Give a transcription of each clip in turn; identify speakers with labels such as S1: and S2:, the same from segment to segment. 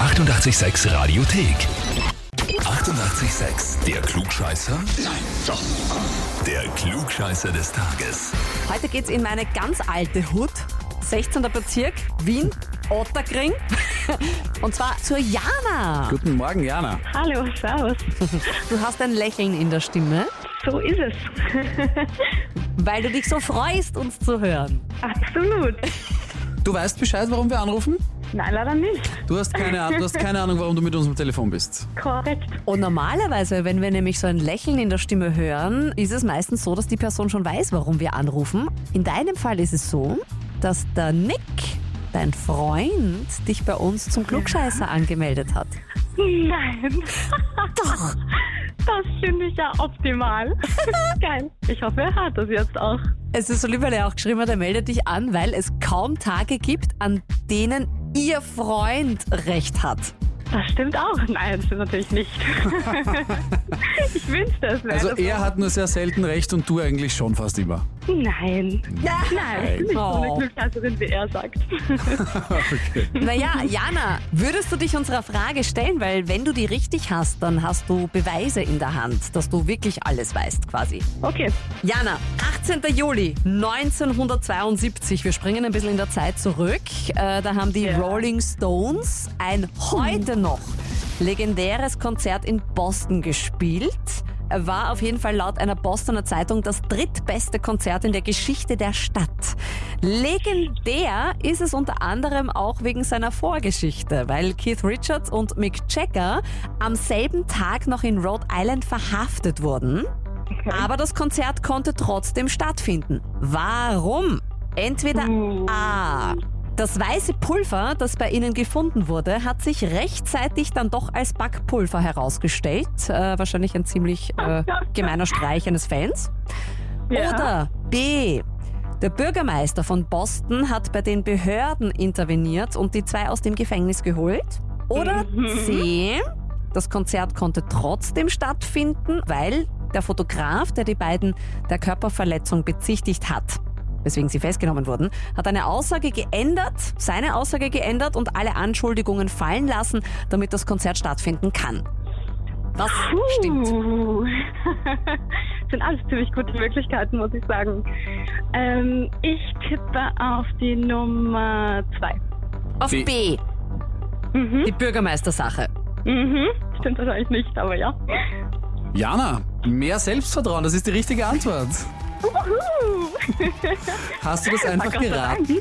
S1: 886 Radiothek. 88,6. Der Klugscheißer? Nein, doch. Der Klugscheißer des Tages.
S2: Heute geht's in meine ganz alte Hut, 16. Bezirk, Wien, Otterkring. Und zwar zur Jana.
S3: Guten Morgen, Jana.
S4: Hallo, servus.
S2: Du hast ein Lächeln in der Stimme,
S4: So ist es.
S2: weil du dich so freust, uns zu hören.
S4: Absolut.
S3: Du weißt Bescheid, warum wir anrufen?
S4: Nein, leider nicht.
S3: Du hast keine, Ahnung- du hast keine Ahnung, warum du mit uns am Telefon bist.
S4: Korrekt.
S2: Und normalerweise, wenn wir nämlich so ein Lächeln in der Stimme hören, ist es meistens so, dass die Person schon weiß, warum wir anrufen. In deinem Fall ist es so, dass der Nick, dein Freund, dich bei uns zum Klugscheißer angemeldet hat.
S4: Nein. Doch. Das finde ich ja optimal. Geil. Ich hoffe, er hat das jetzt auch.
S2: Es ist so lieb, weil er auch geschrieben hat, er meldet dich an, weil es kaum Tage gibt, an denen ihr Freund recht hat.
S4: Das stimmt auch. Nein, das stimmt natürlich nicht. ich wünschte es. wäre
S3: Also
S4: das
S3: er
S4: so.
S3: hat nur sehr selten recht und du eigentlich schon fast immer.
S4: Nein. Nein. Nicht so eine
S2: Oh.
S4: Glücksheißerin, wie er sagt.
S3: Okay.
S2: Naja, Jana, würdest du dich unserer Frage stellen? Weil wenn du die richtig hast, dann hast du Beweise in der Hand, dass du wirklich alles weißt quasi.
S4: Okay.
S2: Jana, 18. Juli 1972, wir springen ein bisschen in der Zeit zurück, äh, da haben die
S4: Ja.
S2: Rolling Stones ein heute noch legendäres Konzert in Boston gespielt. War auf jeden Fall laut einer Bostoner Zeitung das drittbeste Konzert in der Geschichte der Stadt. Legendär ist es unter anderem auch wegen seiner Vorgeschichte, weil Keith Richards und Mick Jagger am selben Tag noch in Rhode Island verhaftet wurden. Aber das Konzert konnte trotzdem stattfinden. Warum? Entweder
S4: Hm.
S2: A. Das weiße Pulver, das bei ihnen gefunden wurde, hat sich rechtzeitig dann doch als Backpulver herausgestellt. Äh, wahrscheinlich ein ziemlich äh, gemeiner Streich eines Fans.
S4: Ja.
S2: Oder B. Der Bürgermeister von Boston hat bei den Behörden interveniert und die zwei aus dem Gefängnis geholt. Oder
S4: Mhm.
S2: C. Das Konzert konnte trotzdem stattfinden, weil der Fotograf, der die beiden der Körperverletzung bezichtigt hat, weswegen sie festgenommen wurden, hat eine Aussage geändert, seine Aussage geändert und alle Anschuldigungen fallen lassen, damit das Konzert stattfinden kann. Was stimmt?
S4: Puh. Sind alles ziemlich gute Möglichkeiten, muss ich sagen. Ähm, ich tippe auf die Nummer zwei.
S2: Auf
S3: Die-
S2: B.
S4: Mhm.
S2: Die Bürgermeistersache.
S4: Mhm. Stimmt wahrscheinlich nicht, aber ja.
S3: Jana, mehr Selbstvertrauen, das ist die richtige Antwort.
S4: Wuhu.
S3: Hast du das
S4: Na,
S3: einfach
S4: Gott sei
S3: geraten?
S4: Dank.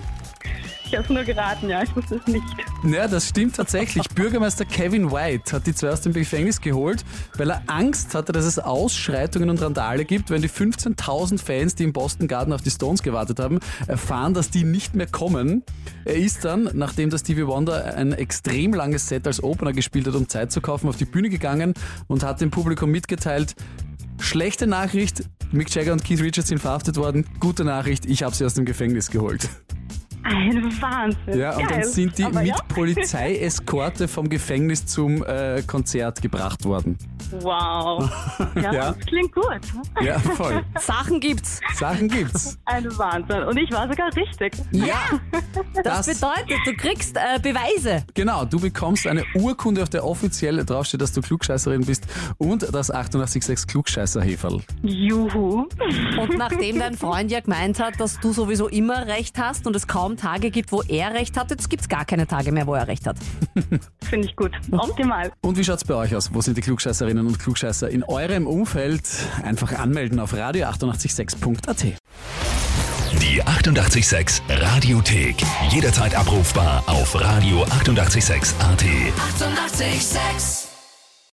S4: Ich habe es nur geraten, ja. Ich wusste es nicht.
S3: Ja, das stimmt tatsächlich. Bürgermeister Kevin White hat die zwei aus dem Gefängnis geholt, weil er Angst hatte, dass es Ausschreitungen und Randale gibt, wenn die 15.000 Fans, die im Boston Garden auf die Stones gewartet haben, erfahren, dass die nicht mehr kommen. Er ist dann, nachdem der Stevie Wonder ein extrem langes Set als Opener gespielt hat, um Zeit zu kaufen, auf die Bühne gegangen und hat dem Publikum mitgeteilt, schlechte Nachricht, Mick Jagger und Keith Richards sind verhaftet worden, gute Nachricht, ich habe sie aus dem Gefängnis geholt.
S4: Ein Wahnsinn.
S3: Ja, und
S4: Geil.
S3: dann sind die
S4: aber
S3: mit
S4: ja.
S3: Polizeieskorte vom Gefängnis zum äh, Konzert gebracht worden.
S4: Wow.
S3: Ja.
S4: Ja, Das klingt gut.
S3: Ja, voll.
S2: Sachen gibt's.
S3: Sachen gibt's.
S4: Ein Wahnsinn. Und ich war sogar richtig.
S3: Ja!
S2: Das, bedeutet, du kriegst äh, Beweise.
S3: genau, du bekommst eine Urkunde, auf der offiziell draufsteht, dass du Klugscheißerin bist und das 886 Klugscheißer-Heferl.
S4: Juhu.
S2: Und nachdem dein Freund ja gemeint hat, dass du sowieso immer recht hast und es kaum Tage gibt, wo er recht hat, jetzt gibt's gar keine Tage mehr, wo er recht hat.
S4: Finde ich gut. Optimal.
S3: Und wie schaut's bei euch aus? Wo sind die Klugscheißerinnen und Klugscheißer in eurem Umfeld? Einfach anmelden auf radio886.at.
S1: Die 88,6 Radiothek. Jederzeit abrufbar auf radio886.at. 88,6.
S2: Zum Sex.